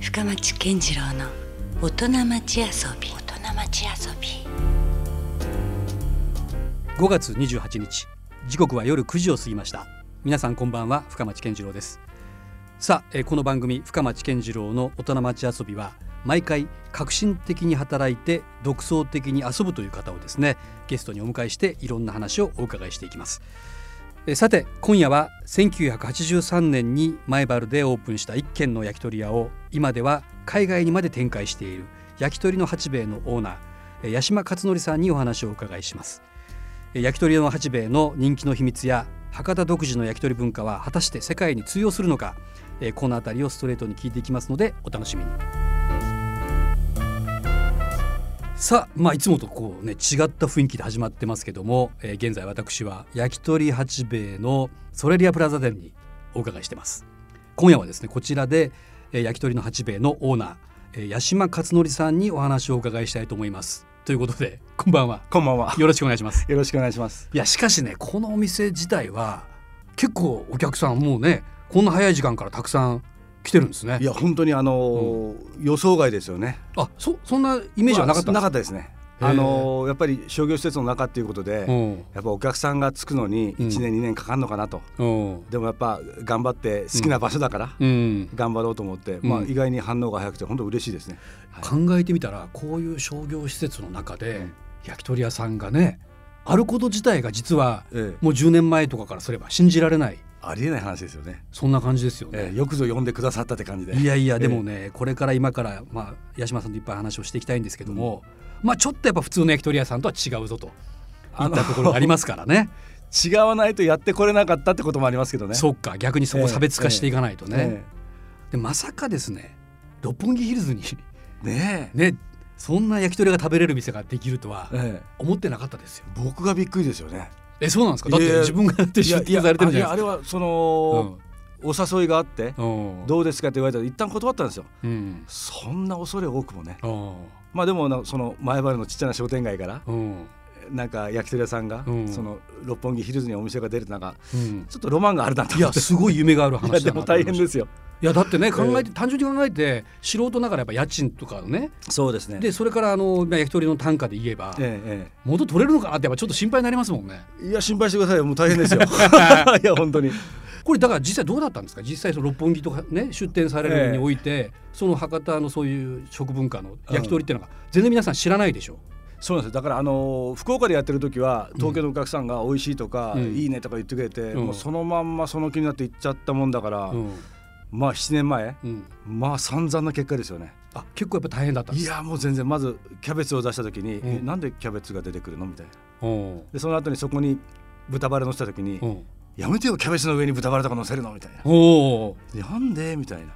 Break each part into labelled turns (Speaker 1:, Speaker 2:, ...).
Speaker 1: 深町健次郎の大人町遊び大人町遊び
Speaker 2: 5月28日時刻は夜9時を過ぎました皆さんこんばんは深町健次郎ですさあ、えーこの番組深町健次郎の大人町遊びは毎回革新的に働いて独創的に遊ぶという方をですねゲストにお迎えしていろんな話をお伺いしていきますえーさて今夜は1983年に前原でオープンした一軒の焼き鳥屋を今では海外にまで展開している焼き鳥の八兵衛のオーナーえー八島勝則さんにお話をお伺いしますえー焼き鳥の八兵衛の人気の秘密や博多独自の焼き鳥文化は果たして世界に通用するのか、えーこの辺りをストレートに聞いていきますのでお楽しみにさあ、まあ、いつもとこうね違った雰囲気で始まってますけども、えー現在私は焼き鳥八兵衛のソレリアプラザ店にお伺いしてます今夜はですねこちらで、えー焼き鳥の八兵衛のオーナー、えー、八島勝則さんにお話をお伺いしたいと思いますということでこんばんは
Speaker 3: こんばんは。
Speaker 2: よろしくお願いします
Speaker 3: よろしくお願いします。
Speaker 2: いやしかしねこのお店自体は結構お客さんもうねこんな早い時間からたくさん来てるんですね
Speaker 3: いや本当にあのー予想外ですよね。
Speaker 2: あそそんなイメージはなかったんです
Speaker 3: まあなかったですね。
Speaker 2: へー
Speaker 3: あのーやっぱり商業施設の中っていうことで、
Speaker 2: うん
Speaker 3: やっぱお客さんがつくのに
Speaker 2: うん
Speaker 3: 1年2年かかるのかなと。
Speaker 2: うん
Speaker 3: でもやっぱ頑張って好きな場所だから
Speaker 2: うん
Speaker 3: 頑張ろうと思って、
Speaker 2: ん
Speaker 3: まあ意外に反応が早くて本当嬉しいですね。はい
Speaker 2: 考えてみたらこういう商業施設の中で焼き鳥屋さんがねあること自体が実は
Speaker 3: ええ
Speaker 2: もう10年前とかからすれば信じられない
Speaker 3: ありえない話ですよね。
Speaker 2: そんな感じですよね
Speaker 3: え。えよくぞ呼んでくださったって感じで。
Speaker 2: いやいや
Speaker 3: ええ
Speaker 2: でもね、これから今から、まあ、八島さんといっぱい話をしていきたいんですけども、まあちょっとやっぱ普通の焼き鳥屋さんとは違うぞとい
Speaker 3: あ
Speaker 2: っ
Speaker 3: の
Speaker 2: たところがありますからね
Speaker 3: 違わないとやってこれなかったってこともありますけ どね。
Speaker 2: そっか逆にそこ差別化していかないとね、
Speaker 3: ね
Speaker 2: でまさかですね六本木ヒルズに
Speaker 3: え。ねえ。
Speaker 2: ねそんな焼き鳥が食べれる店ができるとは
Speaker 3: ええ
Speaker 2: 思ってなかったですよ
Speaker 3: 僕がびっくりですよね。
Speaker 2: えそうなんですかだっ
Speaker 3: い
Speaker 2: て
Speaker 3: や
Speaker 2: 自分がやって出品されてるんじゃない
Speaker 3: い
Speaker 2: で
Speaker 3: やあれはその、お誘いがあって
Speaker 2: す、かうん
Speaker 3: どうですかって言われたら一旦断ったんですよ
Speaker 2: うん
Speaker 3: そんな恐れ多くもね
Speaker 2: うん
Speaker 3: まあでもなその前原のちっちゃな商店街から
Speaker 2: うん
Speaker 3: なんか焼き鳥屋さんが、
Speaker 2: うん
Speaker 3: その六本木ヒルズにお店が出るってなんか
Speaker 2: うん
Speaker 3: ちょっとロマンがあるなと
Speaker 2: い
Speaker 3: 思
Speaker 2: や
Speaker 3: って
Speaker 2: すごい夢がある
Speaker 3: いや
Speaker 2: 話
Speaker 3: で
Speaker 2: だな
Speaker 3: も
Speaker 2: と思
Speaker 3: 大
Speaker 2: いま
Speaker 3: 変
Speaker 2: した
Speaker 3: ですよ
Speaker 2: いやだってね考えて、単純に考えて素人ながらやっぱ家賃とかね
Speaker 3: そうですね
Speaker 2: でそれからあのまあ焼き鳥の単価で言えば、
Speaker 3: えええ
Speaker 2: 元取れるのかなってやっぱちょっと心配になりますもんね
Speaker 3: え、いや心配してくださいよもう大 変ですよいや本当に
Speaker 2: これだから実際どうだったんですか実際その六本木とかね出店されるのにおいて、その博多のそういう食文化の焼き鳥っていうのが全然皆さん知らないでしょ、
Speaker 3: そうなんですよだからあのー福岡でやってる時は東京のお客さんが美味しいとか、
Speaker 2: うん
Speaker 3: いいねとか言ってくれて、
Speaker 2: うん
Speaker 3: もうそのまんまその気になって行っちゃったもんだから、
Speaker 2: うん
Speaker 3: まあ7年前
Speaker 2: うん、
Speaker 3: まあ散々な結果ですよね
Speaker 2: あ結構やっぱ大変だったんで
Speaker 3: い
Speaker 2: す
Speaker 3: やもう全然まずキャベツを出した時に、
Speaker 2: うん
Speaker 3: えなんでキャベツが出てくるのみたいな
Speaker 2: うん
Speaker 3: でその後にそこに豚バラ乗せた時に、
Speaker 2: うん
Speaker 3: やめてよキャベツの上に豚バラとか乗せるのみたいな、
Speaker 2: おー
Speaker 3: なんでみたいな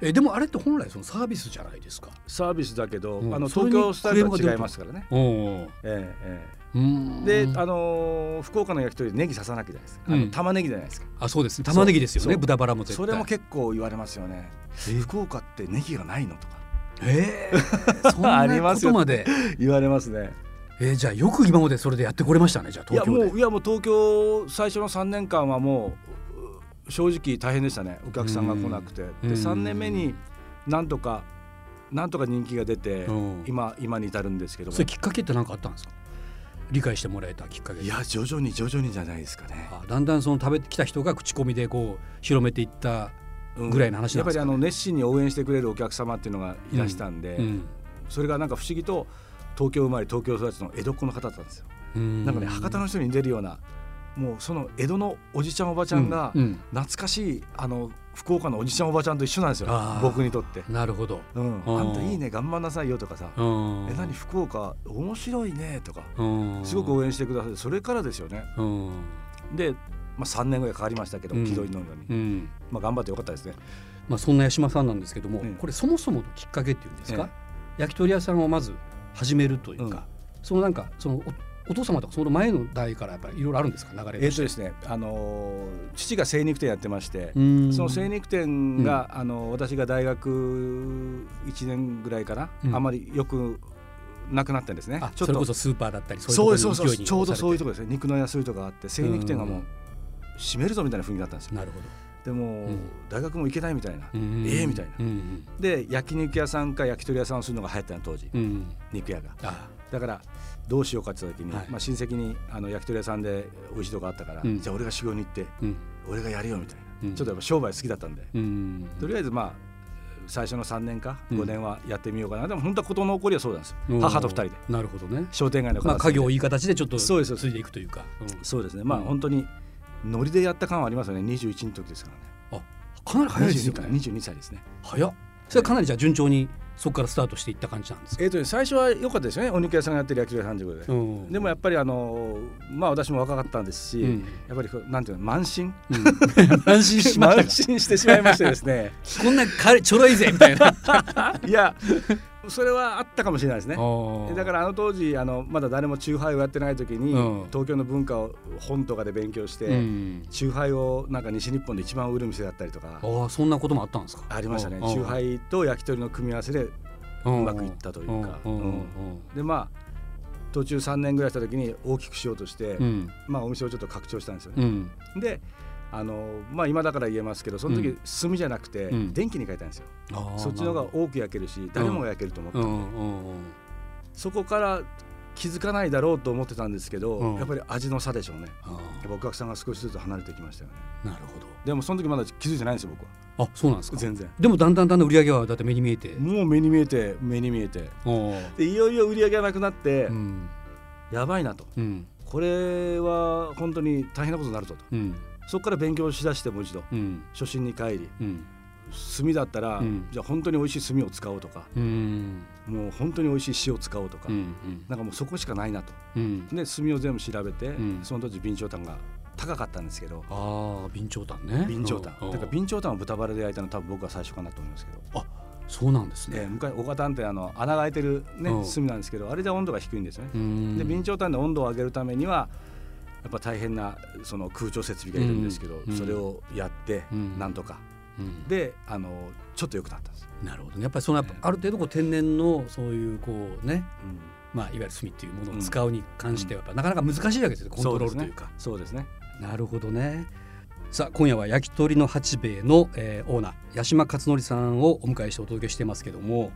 Speaker 2: えでもあれって本来そのサービスじゃないですか
Speaker 3: サービスだけど、
Speaker 2: うん
Speaker 3: あの
Speaker 2: それ
Speaker 3: 東
Speaker 2: に
Speaker 3: 京スタイルとは違いますからね、
Speaker 2: お
Speaker 3: ええ
Speaker 2: うん
Speaker 3: ええ、で、あのー福岡の焼き鳥でネギ刺さなきゃじゃないですか、あ
Speaker 2: うん
Speaker 3: の玉ねぎじゃないですか
Speaker 2: あそうですね玉ねぎですよ
Speaker 3: そう
Speaker 2: ね
Speaker 3: そう
Speaker 2: 豚バラも絶対
Speaker 3: それも結構言われますよね、福岡ってネギがないのとか
Speaker 2: え ー、そん
Speaker 3: あ
Speaker 2: な
Speaker 3: りま
Speaker 2: こ
Speaker 3: す
Speaker 2: と
Speaker 3: よ
Speaker 2: まで
Speaker 3: 言われますね
Speaker 2: えー、じゃあよく今までそれでやってこれましたねじゃあ
Speaker 3: いや
Speaker 2: 東京
Speaker 3: も
Speaker 2: で
Speaker 3: ういやもう東京最初の3年間はもうう正直大変でしたねお客さんが来なくてで
Speaker 2: うん
Speaker 3: 3年目になんとかなんとか人気が出て
Speaker 2: うん
Speaker 3: 今今に至るんですけども
Speaker 2: それきっかけって何かあったんですか理解してもらえたきっかけ
Speaker 3: いや徐々に徐々にじゃないですかね
Speaker 2: あだんだんその食べてきた人が口コミでこう広めていった
Speaker 3: うん
Speaker 2: ぐらいの話な
Speaker 3: や
Speaker 2: んで
Speaker 3: っぱ
Speaker 2: す
Speaker 3: り
Speaker 2: か
Speaker 3: あの熱心に応援してくれるお客様っていうのがいらしたんで、
Speaker 2: うん
Speaker 3: それがなんか不思議と東京生まれ東京育ちの江戸っ子の方だったんですよ、
Speaker 2: うん
Speaker 3: なんかね博多の人に出るようなもうその江戸のおじちゃんおばちゃんが、
Speaker 2: うんうん
Speaker 3: 懐かしいあの福岡のおじちゃんおばちゃんと一緒なんですよ
Speaker 2: あー
Speaker 3: 僕にとって。
Speaker 2: なるほど
Speaker 3: うん、
Speaker 2: あー
Speaker 3: あんたいいね頑張んなさいよとかさ「
Speaker 2: うん
Speaker 3: え何福岡面白いね」とか
Speaker 2: うん
Speaker 3: すごく応援してくださってそれからですよね
Speaker 2: うん
Speaker 3: で、まあ、3年ぐらいかかりましたけど
Speaker 2: うん
Speaker 3: 軌道に乗るのに、
Speaker 2: うん
Speaker 3: まあ、頑張ってよかったですね
Speaker 2: まあそんな八島さんなんですけども、
Speaker 3: うん
Speaker 2: これそもそものきっかけっていうんですか
Speaker 3: え、
Speaker 2: 焼き鳥屋さんをまず始めるというか、そのなんかそのおお父様とかその前の代からやっぱりいろいろあるんですか流れ
Speaker 3: え
Speaker 2: と
Speaker 3: っ
Speaker 2: し
Speaker 3: と
Speaker 2: て
Speaker 3: ですね、あのー父が精肉店やってまして、
Speaker 2: うん
Speaker 3: その精肉店が、あのー私が大学1年ぐらいかな、
Speaker 2: うん
Speaker 3: あまりよくなくなったんですね
Speaker 2: あ
Speaker 3: ちょ
Speaker 2: そ
Speaker 3: っ
Speaker 2: れ
Speaker 3: と
Speaker 2: こそスーパーだったり
Speaker 3: そう
Speaker 2: い
Speaker 3: ですそう
Speaker 2: とこ
Speaker 3: そ
Speaker 2: ろに
Speaker 3: う
Speaker 2: 勢いに
Speaker 3: ちょうどそういう
Speaker 2: と
Speaker 3: とこですね肉の安いとこがあって精肉店がもう
Speaker 2: うん
Speaker 3: 閉めるぞみたいな雰囲気だったんですよ
Speaker 2: なるほど
Speaker 3: でも、
Speaker 2: うん
Speaker 3: 大学も行けないみたいな、
Speaker 2: うん
Speaker 3: ええみたいな
Speaker 2: うん
Speaker 3: で焼肉屋さんか焼き鳥屋さんをするのが流行ったの当時、
Speaker 2: うんうん
Speaker 3: 肉屋が
Speaker 2: あ
Speaker 3: だからどうしようかって言った時に、
Speaker 2: はい
Speaker 3: まあ、親戚にあの焼き鳥屋さんで美味しいとこあったから、
Speaker 2: うん
Speaker 3: じゃあ俺が修行に行って
Speaker 2: うん
Speaker 3: 俺がやるよみたいな、
Speaker 2: うん
Speaker 3: ちょっとやっぱ商売好きだったんで、
Speaker 2: うん
Speaker 3: とりあえずまあ最初の3年か
Speaker 2: うん
Speaker 3: 5年はやってみようかな、でも本当は事の起こりはそうなんです
Speaker 2: お
Speaker 3: よ
Speaker 2: ー
Speaker 3: 母と2人で
Speaker 2: なるほどね
Speaker 3: 商店街の片
Speaker 2: まあ家
Speaker 3: 隅で
Speaker 2: 業をいい形でちょっと
Speaker 3: そうです
Speaker 2: ついでいくというか、
Speaker 3: そうですねまあ
Speaker 2: うん
Speaker 3: 本当にノリでやった感はありますよね21の時ですからね
Speaker 2: うんあかなり早いですよ
Speaker 3: 22
Speaker 2: ね
Speaker 3: 22歳ですね
Speaker 2: 早っそれはかなりじゃあ順調にそこからスタートしていった感じなんですか、
Speaker 3: えっ、とね最初は良かったですよねお肉屋さんがやってる焼き鳥屋さんということで、
Speaker 2: うん
Speaker 3: でもやっぱりあのまあ私も若かったんですし、
Speaker 2: うん
Speaker 3: やっぱりこうなんていうの慢心
Speaker 2: うん安心しました
Speaker 3: 慢
Speaker 2: か
Speaker 3: 心してしまいましてです ね
Speaker 2: こんな彼ちょろいぜみたい な
Speaker 3: いやそれはあったかもしれないですね だかららあの当時あのまだ誰もチューハイをやってない時に、
Speaker 2: うん
Speaker 3: 東京の文化を本とかで勉強して、
Speaker 2: うん、
Speaker 3: チューハイをなんか西日本で一番売る店だったりとか
Speaker 2: ああそんなこともあったんですか
Speaker 3: ありましたねチューハイと焼き鳥の組み合わせで
Speaker 2: う
Speaker 3: うまくいったというか
Speaker 2: うんうん
Speaker 3: でまあ途中3年ぐらいした時に大きくしようとして、
Speaker 2: うんうん
Speaker 3: まあ、お店をちょっと拡張したんですよ
Speaker 2: う
Speaker 3: ね。
Speaker 2: ん
Speaker 3: であのまあ、今だから言えますけどその時、
Speaker 2: うん
Speaker 3: 炭じゃなくて、
Speaker 2: うん
Speaker 3: 電気に変えたんですよ
Speaker 2: あー
Speaker 3: そっちの方が多く焼けるし誰もが焼けると思って、
Speaker 2: うんうんうん
Speaker 3: そこから気づかないだろうと思ってたんですけど、
Speaker 2: うん
Speaker 3: やっぱり味の差でしょうね
Speaker 2: あ
Speaker 3: やっぱお客さんが少しずつ離れてきましたよね
Speaker 2: ーなるほ
Speaker 3: でもその時まだ気づいてないんですよ僕は
Speaker 2: どあそうなんですか
Speaker 3: 全然
Speaker 2: でもだんだんだんだん売り上げはだって目に見えて
Speaker 3: もう目に見えて目に見えて
Speaker 2: お
Speaker 3: でいよいよ売り上げがなくなって、
Speaker 2: うん
Speaker 3: やばいなと
Speaker 2: うん
Speaker 3: これは本当に大変なことになるぞと
Speaker 2: うん
Speaker 3: そこから勉強しだしてもう一度
Speaker 2: うん
Speaker 3: 初心に帰り
Speaker 2: うん
Speaker 3: 炭だったら、
Speaker 2: うん
Speaker 3: じゃあ本当に美味しい炭を使おうとか
Speaker 2: うん
Speaker 3: もう本当に美味しい塩を使おうとか、
Speaker 2: うん
Speaker 3: なんかもうそこしかないなと
Speaker 2: うんうん
Speaker 3: で炭を全部調べて、
Speaker 2: ん
Speaker 3: その当時備長炭が高かったんですけど
Speaker 2: ああ備長炭ね
Speaker 3: 備長炭
Speaker 2: うん
Speaker 3: だから備長炭を豚バラで焼いたの多分僕は最初かなと思いますけど、
Speaker 2: そうなんですね
Speaker 3: えー、昔岡炭ってあの穴が開いてる、ね
Speaker 2: うん
Speaker 3: 炭なんですけどあれで温度が低いんですよね
Speaker 2: う、ん
Speaker 3: で備長炭で温度を上げるためにはやっぱ大変なその空調設備がいるんですけど、
Speaker 2: うん
Speaker 3: それをやって
Speaker 2: うん
Speaker 3: なんとか、
Speaker 2: うん
Speaker 3: であのちょっと良くなったんです、
Speaker 2: なるほどねやっぱりそのやっぱある程度こう天然のそういうこうね
Speaker 3: うん
Speaker 2: まあいわゆる炭っていうものを使うに関してはやっぱなかなか難しいわけですよコントロールというか
Speaker 3: そうですね
Speaker 2: なるほどね。さあ今夜は焼き鳥の八兵衛の、えーオーナー八島勝則さんをお迎えしてお届けしてますけども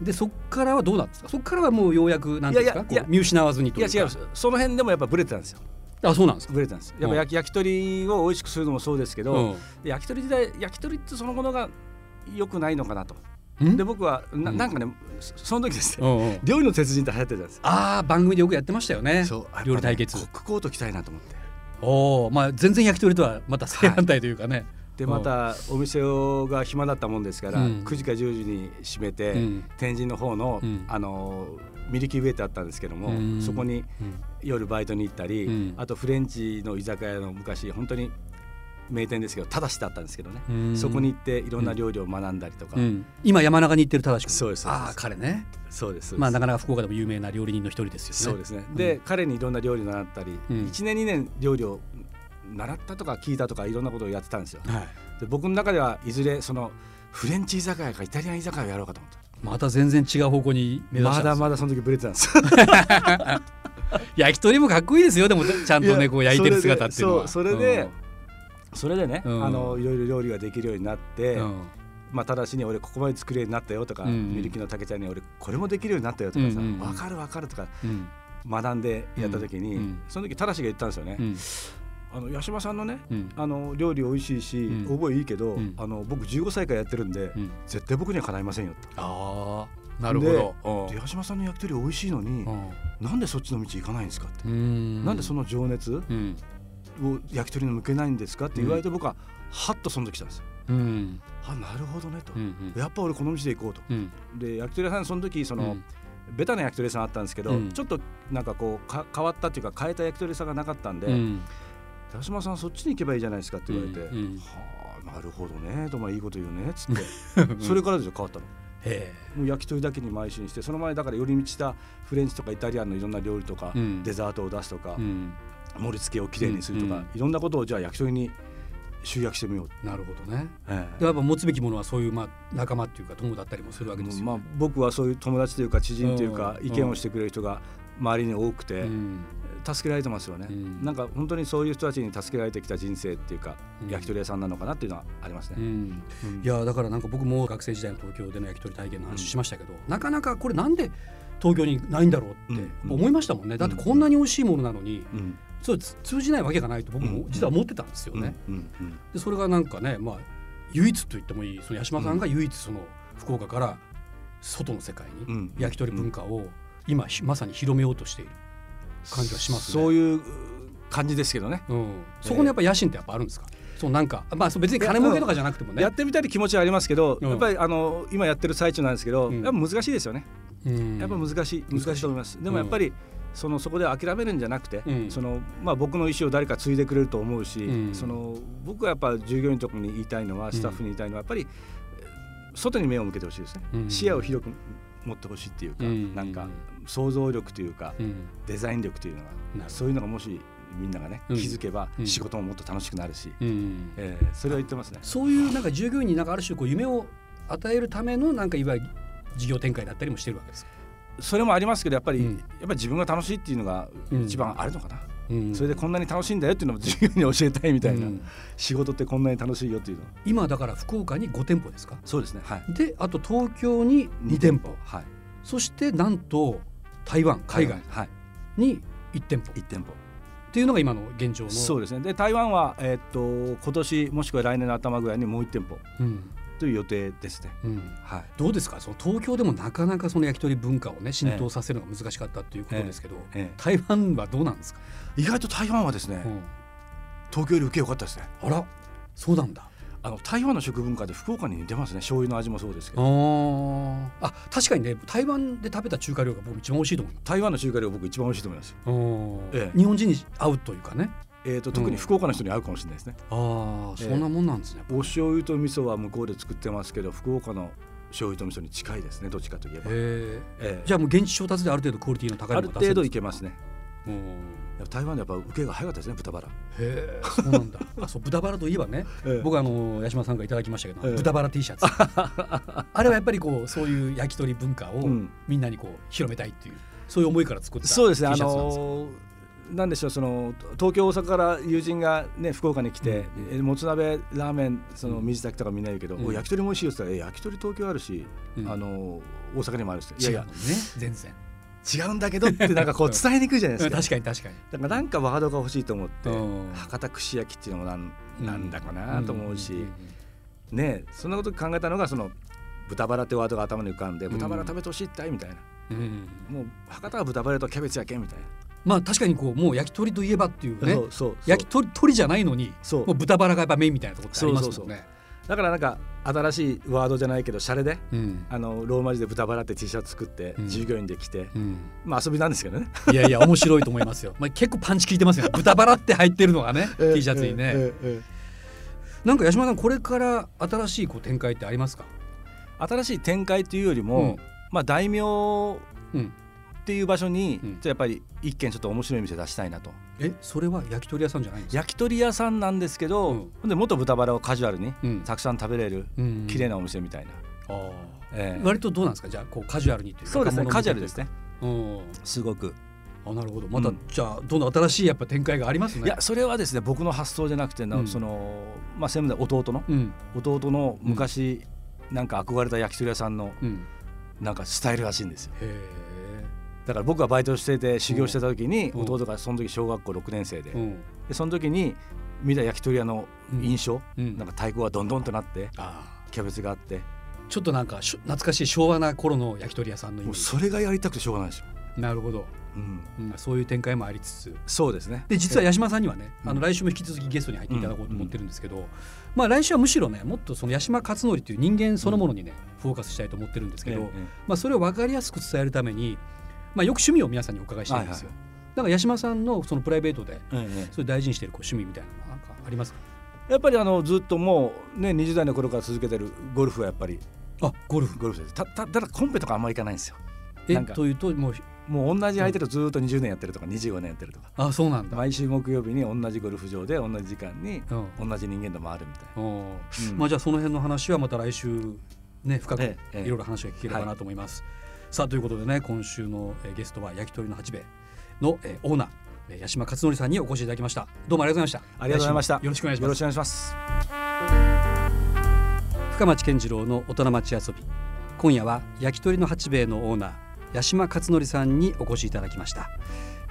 Speaker 2: でそこからはどうなんですかそこからはもうようやくなんていうんですか
Speaker 3: いやいや
Speaker 2: こう見失わずにと
Speaker 3: い
Speaker 2: いう
Speaker 3: や
Speaker 2: か
Speaker 3: 違いますその辺でもやっぱブレてたんですよ
Speaker 2: あそうなんですか、
Speaker 3: ブレてたんですやっぱ焼き,、焼き鳥を美味しくするのもそうですけど、焼き鳥時代焼き鳥ってそのものが良くないのかなと
Speaker 2: うん
Speaker 3: で僕はな,、
Speaker 2: うん
Speaker 3: ん、なんかねそその時です
Speaker 2: う
Speaker 3: ね、
Speaker 2: んうん
Speaker 3: 料理の鉄人って流行ってたんですよ
Speaker 2: ああ番組でよくやってましたよね
Speaker 3: そうやっぱね
Speaker 2: 料理対決
Speaker 3: コックコート着たいなと思って
Speaker 2: おおまあ全然焼き鳥とはまた正反対というかね、
Speaker 3: でまたお店が暇だったもんですから、
Speaker 2: うん
Speaker 3: 9時か10時に閉めて、
Speaker 2: うん
Speaker 3: 天神の方の、
Speaker 2: うん
Speaker 3: あのミルキーウェイってあったんですけども、
Speaker 2: うん
Speaker 3: そこに
Speaker 2: うん
Speaker 3: 夜バイトに行ったり、
Speaker 2: うん
Speaker 3: あとフレンチの居酒屋の昔本当に名店ですけどただしだったんですけどね、
Speaker 2: うん
Speaker 3: そこに行っていろんな料理を学んだりとか、
Speaker 2: うん今山中に行ってる正しく
Speaker 3: そうですそうです
Speaker 2: ああ彼ね
Speaker 3: そうですそうです
Speaker 2: まあなかなか福岡でも有名な料理人の一人ですよね
Speaker 3: そうですね
Speaker 2: ん
Speaker 3: で、彼にいろんな料理を習ったり、
Speaker 2: うん
Speaker 3: 1年2年料理を習ったとか聞いたとかいろんなことをやってたんですよ
Speaker 2: はい
Speaker 3: で僕の中ではいずれそのフレンチ居酒屋かイタリアン居酒屋をやろうかと思った
Speaker 2: また全然違う方向に目指し
Speaker 3: ま
Speaker 2: たんで
Speaker 3: だ
Speaker 2: す
Speaker 3: まだその時ブレてたんです
Speaker 2: 焼き鳥もかっこいいですよでもちゃんと
Speaker 3: い
Speaker 2: ね
Speaker 3: や
Speaker 2: こう焼いてる姿っていうのは
Speaker 3: それでそれでね、
Speaker 2: うん
Speaker 3: あのいろいろ料理ができるようになって、
Speaker 2: うんうん
Speaker 3: まあ、ただしに俺ここまで作れるようになったよとか、
Speaker 2: うんうん
Speaker 3: ミルキの竹ちゃんに俺これもできるようになったよとかさ、
Speaker 2: うんうんうん
Speaker 3: 分かる分かるとか
Speaker 2: うん
Speaker 3: 学んでやった時
Speaker 2: うんう
Speaker 3: に、
Speaker 2: ん
Speaker 3: その時ただしが言ったんですよね、
Speaker 2: うん
Speaker 3: あの八島さんのね
Speaker 2: うん
Speaker 3: あの料理美味しいし、
Speaker 2: うん
Speaker 3: 覚えいいけど、
Speaker 2: うん
Speaker 3: あの僕15歳からやってるんで、
Speaker 2: うん
Speaker 3: 絶対僕にはかないませんよと。
Speaker 2: ああなるほど
Speaker 3: で八島さんの焼き鳥美味しいのに、なんでそっちの道行かないんですかっ
Speaker 2: う
Speaker 3: て、
Speaker 2: ん
Speaker 3: なんでそ
Speaker 2: の
Speaker 3: の情熱を
Speaker 2: うん
Speaker 3: 焼き鳥に向けないんですかって言われて僕ははっとその時来たんですよ。
Speaker 2: うん
Speaker 3: あなるほどねと、
Speaker 2: うん
Speaker 3: やっぱ俺この道で行こうと。
Speaker 2: うん
Speaker 3: で焼き鳥屋さんその時その、ベタな焼き鳥屋さんあったんですけど、
Speaker 2: うん
Speaker 3: ちょっとなんかこうか変わったっていうか変えた焼き鳥屋さんがなかったんで、
Speaker 2: うん
Speaker 3: 八島さんそっちに行けばいいじゃないですかって言われて、
Speaker 2: うんうん
Speaker 3: はあなるほどねとまあいいこと言うねっ つってそれからですよ変わったの
Speaker 2: へ
Speaker 3: もう焼き鳥だけに邁進してその前だから寄り道したフレンチとかイタリアンのいろんな料理とか、
Speaker 2: うん
Speaker 3: デザートを出すとか、
Speaker 2: えうん
Speaker 3: 盛り付けをきれいにするとか、
Speaker 2: うんうん
Speaker 3: いろんなことをじゃあ焼き鳥に集約してみよう、
Speaker 2: なるほどね
Speaker 3: ええ
Speaker 2: でやっぱ持つべきものはそういうまあ仲間っていうか友だったりもするわけですよ
Speaker 3: まあ、僕はそういう友達というか知人というか
Speaker 2: うん
Speaker 3: 意見をしてくれる人が周りに多くて、
Speaker 2: うん
Speaker 3: 助けられてますよね、
Speaker 2: うん
Speaker 3: なんか本当にそういう人たちに助けられてきた人生っていうか、
Speaker 2: うん
Speaker 3: 焼き鳥屋さんなのかなっていうのはあります
Speaker 2: う
Speaker 3: ね、
Speaker 2: ん
Speaker 3: うん
Speaker 2: いやだからなんか僕も学生時代の東京での焼き鳥体験の話しましたけど、なかなかこれなんで東京にないんだろうって
Speaker 3: うん
Speaker 2: 思いましたもんね、だってこんなに美味しいものなのに、
Speaker 3: うん
Speaker 2: そうつ通じないわけがないと僕も
Speaker 3: うん
Speaker 2: 実は思ってたんですよね。
Speaker 3: うんうん
Speaker 2: でそれがなんかね、まあ、唯一と言ってもいいその八島さんが唯一その福岡から外の世界
Speaker 3: う
Speaker 2: に
Speaker 3: ん
Speaker 2: 焼き鳥文化を今ひまさに広めようとしている感じがしますね。
Speaker 3: そういう感じですけどね、
Speaker 2: うん、そこのやっぱ野心ってやっぱあるんですか、そうなんか、まあ、そう別に金儲けとかじゃなくてもね
Speaker 3: やってみたいって気持ちはありますけど、
Speaker 2: うん
Speaker 3: やっぱりあの今やってる最中なんですけど、
Speaker 2: うん
Speaker 3: やっぱ難しいですよね、
Speaker 2: うん
Speaker 3: やっぱ難しい難しいと思いますでもやっぱり、そのそこで諦めるんじゃなくて、
Speaker 2: うん
Speaker 3: そのまあ、僕の意思を誰か継いでくれると思うし、
Speaker 2: うん
Speaker 3: その僕はやっぱ従業員のところに言いたいのはスタッフに言いたいのはやっぱり、えー外に目を向けてほしいですね、
Speaker 2: うん
Speaker 3: 視野を広く持ってほしいっていうか、
Speaker 2: うん
Speaker 3: なんか想像力というか、
Speaker 2: うん
Speaker 3: デザイン力というのが
Speaker 2: なるほど
Speaker 3: そういうのがもしみんながね
Speaker 2: う
Speaker 3: 気
Speaker 2: ん
Speaker 3: づけば
Speaker 2: うん
Speaker 3: 仕事ももっと楽しくなるし、
Speaker 2: うん、
Speaker 3: えーそれは言ってますね。
Speaker 2: そういうなんか従業員になんかある種こう夢を与えるためのなんかいわゆる事業展開だったりもしてるわけですよ。
Speaker 3: それもありますけどやっぱり、
Speaker 2: うん
Speaker 3: やっぱり自分が楽しいっていうのが
Speaker 2: うん
Speaker 3: 一番あるのかな、
Speaker 2: うん
Speaker 3: それでこんなに楽しいんだよっていうのも自由に教えたいみたいな、
Speaker 2: うん
Speaker 3: 仕事ってこんなに楽しいよっていうの
Speaker 2: 今だから福岡に5店舗ですか
Speaker 3: そうですねはい
Speaker 2: であと東京に2店舗
Speaker 3: はい
Speaker 2: そしてなんと台湾海外
Speaker 3: はい
Speaker 2: に1店舗っ
Speaker 3: 一店舗
Speaker 2: ていうのが今の現状の
Speaker 3: そう
Speaker 2: う、
Speaker 3: ですねで台湾はえーっと今年もしくは来年の頭ぐらいにもう一店舗
Speaker 2: ん
Speaker 3: という予定ですね
Speaker 2: うん、
Speaker 3: はい
Speaker 2: どうですかその東京でもなかなかその焼き鳥文化をね浸透させるのが難しかったということですけど、
Speaker 3: え
Speaker 2: 台湾はどうなんですか、
Speaker 3: え意外と台湾はですね、
Speaker 2: うん
Speaker 3: 東京より受け良かったですね
Speaker 2: あらそうなんだ
Speaker 3: あの台湾の食文化で福岡に似てますね醤油の味もそうですけど
Speaker 2: ああ確かにね台湾で食べた中華料理が僕一番美味しいと思います
Speaker 3: 台湾の中華料理僕一番美味しいと思いますええ
Speaker 2: 日本人に合うというかね
Speaker 3: えーっと特に福岡の人に合うかもしれないですね、
Speaker 2: ああ
Speaker 3: ええ
Speaker 2: そんなもんなんですね、
Speaker 3: お醤油と味噌は向こうで作ってますけど福岡の醤油と味噌に近いですねどっちかといえば、
Speaker 2: え
Speaker 3: ええ
Speaker 2: えじゃあもう現地調達である程度クオリティの高いも
Speaker 3: ある
Speaker 2: のが
Speaker 3: 程度い
Speaker 2: 出せ
Speaker 3: けますね
Speaker 2: るんです
Speaker 3: いや台湾でやっぱ受けが早かったですね豚バラ、
Speaker 2: うんへえそうなんだあそう豚バラといえばね、
Speaker 3: ええ
Speaker 2: 僕はあの八嶋さんからいただきましたけど、
Speaker 3: ええ
Speaker 2: 豚バラ T シャ ツあれはやっぱりこうそういう焼き鳥文化を
Speaker 3: うん
Speaker 2: みんなにこう広めたいっていうそういう思いから作った T シ
Speaker 3: そ
Speaker 2: ャ
Speaker 3: うで
Speaker 2: ツ
Speaker 3: すね
Speaker 2: なんです
Speaker 3: あ
Speaker 2: よ、
Speaker 3: のーなんでしょうその東京大阪から友人がね福岡に来て、えもつ鍋ラーメンその水炊きとかみんな言うけど、
Speaker 2: うん
Speaker 3: お焼き鳥も美味しいよって言ったらえ焼き鳥東京あるし、
Speaker 2: うん
Speaker 3: あのー大阪にもあるしい
Speaker 2: 違
Speaker 3: や
Speaker 2: う
Speaker 3: い
Speaker 2: い
Speaker 3: や
Speaker 2: ね全然
Speaker 3: 違うんだけどってなんかこう伝えにくいじゃないで
Speaker 2: う
Speaker 3: す
Speaker 2: ん
Speaker 3: か
Speaker 2: 確かに確かに
Speaker 3: だからなんかワードが欲しいと思って、
Speaker 2: うん
Speaker 3: 博多串焼きっていうのもなん
Speaker 2: うん
Speaker 3: なんだかなと思うし、
Speaker 2: んんん
Speaker 3: ねそんなこと考えたのがその豚バラってワードが頭に浮かんで豚バラ食べてほしいったいみたいな、
Speaker 2: うん
Speaker 3: もう博多は豚バラとキャベツやけんみたい
Speaker 2: まあ確かにこうもう焼き鳥といえばっていう
Speaker 3: な、
Speaker 2: ね
Speaker 3: そうそう
Speaker 2: 焼き鳥鳥じゃないのに
Speaker 3: そう
Speaker 2: もう豚バラがやっぱメインみたいなところってありますもんね。
Speaker 3: だからなんか新しいワードじゃないけどシャレで
Speaker 2: うん
Speaker 3: あのローマ字で豚バラって T シャツ作って、
Speaker 2: うん
Speaker 3: 従業員で着て、
Speaker 2: うん
Speaker 3: まあ遊びなんですけどね
Speaker 2: いやいや面白いと思いますよ。まあ結構パンチ効いてますよね。豚バラって入ってるのがね T シャツに
Speaker 3: え
Speaker 2: ね。
Speaker 3: ええええ
Speaker 2: なんか八島さんこれから新しいこう展開ってありますか？
Speaker 3: え新しい展開というよりも、
Speaker 2: うん
Speaker 3: まあ大名っ
Speaker 2: うん。
Speaker 3: ていう場所に、
Speaker 2: うん
Speaker 3: ちょっとやっぱり一軒ちょっと面白い店出したいなと
Speaker 2: えそれは焼き鳥屋さんじゃないんですか？
Speaker 3: 焼き鳥屋さんなんですけど、
Speaker 2: うん
Speaker 3: ほんで元豚バラをカジュアルに、
Speaker 2: うん
Speaker 3: たくさん食べれる
Speaker 2: うん
Speaker 3: 綺麗。なお店みたいな、
Speaker 2: あー
Speaker 3: ええ
Speaker 2: 割とどうなんですか？じゃあこうカジュアルにというか
Speaker 3: そうですね
Speaker 2: 若者向
Speaker 3: カジ
Speaker 2: け
Speaker 3: ュア
Speaker 2: と
Speaker 3: ル
Speaker 2: い
Speaker 3: で
Speaker 2: う
Speaker 3: す
Speaker 2: か
Speaker 3: ね
Speaker 2: うん。
Speaker 3: すごく
Speaker 2: あなるほど。また、
Speaker 3: うん
Speaker 2: じゃあどんどん新しいやっぱ展開がありますね。
Speaker 3: いやそれはですね僕の発想じゃなくてな、
Speaker 2: うん
Speaker 3: そのまあ専務で弟の
Speaker 2: うん
Speaker 3: 弟の昔、なんか憧れた焼き鳥屋さんの
Speaker 2: うん。
Speaker 3: なんかスタイルらしいんですよ
Speaker 2: へえ。
Speaker 3: だから僕がバイトしてて修行してた時に、
Speaker 2: うん
Speaker 3: 弟がその時小学校6年生で,、
Speaker 2: うん。
Speaker 3: でその時に見た焼き鳥屋の印象、
Speaker 2: うん
Speaker 3: なんか太鼓がどんどんとなって
Speaker 2: あ
Speaker 3: キャベツがあって
Speaker 2: ーちょっとなんかしょ懐かしい昭和な頃の焼き鳥屋さんのイメ
Speaker 3: も
Speaker 2: ー
Speaker 3: う
Speaker 2: ジ
Speaker 3: それがやりたくてしょうがないですよ、
Speaker 2: なるほど、
Speaker 3: うん、
Speaker 2: うんそういう展開もありつつ
Speaker 3: そうですね
Speaker 2: で実は八島さんにはね、
Speaker 3: うん
Speaker 2: あの来週も引き続きゲストに入っていただこうと思ってるんですけど、まあ、来週はむしろねもっとその八島勝則という人間そのものにね、フォーカスしたいと思ってるんですけど、
Speaker 3: えええ
Speaker 2: まあ、それを分かりやすく伝えるために、まあ、よく趣味を皆さんにお伺いしてるんですよ。
Speaker 3: は
Speaker 2: だから八島さんのそのプライベートで
Speaker 3: えええ
Speaker 2: それ大事にしてるこう趣味みたいなのなんかありますか
Speaker 3: えやっぱりあのずっともうね20代の頃から続けてるゴルフはやっぱり
Speaker 2: あゴルフ
Speaker 3: ゴルフですたたただコンペとかあんまり行かないんですよ
Speaker 2: え
Speaker 3: なんか
Speaker 2: というともう
Speaker 3: もう同じ相手とずっと20年やってるとか25年やってるとか
Speaker 2: あそうなんだ、
Speaker 3: 毎週木曜日に同じゴルフ場で同じ時間に
Speaker 2: うん
Speaker 3: 同じ人間と回るみたいな。
Speaker 2: おー
Speaker 3: うん
Speaker 2: まあじゃあその辺の話はまた来週ね深くい
Speaker 3: ええええ
Speaker 2: ろいろ話が聞ければなと思います。さあということでね今週のえーゲストは焼き鳥の八兵衛のえーオーナーえー八島勝則さんにお越しいただきましたどうもありがとうございました
Speaker 3: ありがとうございました
Speaker 2: 来週もよろしくお願いし
Speaker 3: よ
Speaker 2: ま
Speaker 3: ろ
Speaker 2: す
Speaker 3: しくお願いします
Speaker 2: 深町健次郎の大人町遊び今夜は焼き鳥の八兵衛のオーナー八島勝則さんにお越しいただきました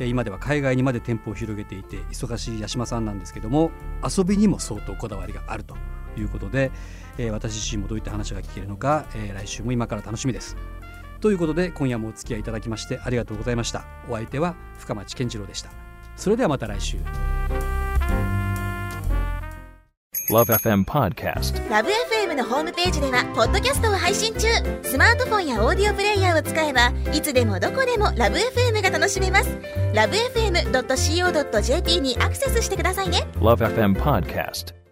Speaker 2: えー今では海外にまで店舗を広げていて忙しい八島さんなんですけども遊びにも相当こだわりがあるということで、えー私自身もどういった話が聞けるのか、えー来週も今から楽しみですということで今夜もお付き合いいただきましてありがとうございましたお相手は深町健次郎でしたそれではまた来週
Speaker 4: Love FM Podcast.
Speaker 5: ラブ f m のホームページではポッドキャストを配信中スマートフォンやオーディオプレイヤーを使えばいつでもどこでもラブ f m が楽しめますラブ FM.co.jp にアクセスしてくださいね
Speaker 4: Love FM Podcast.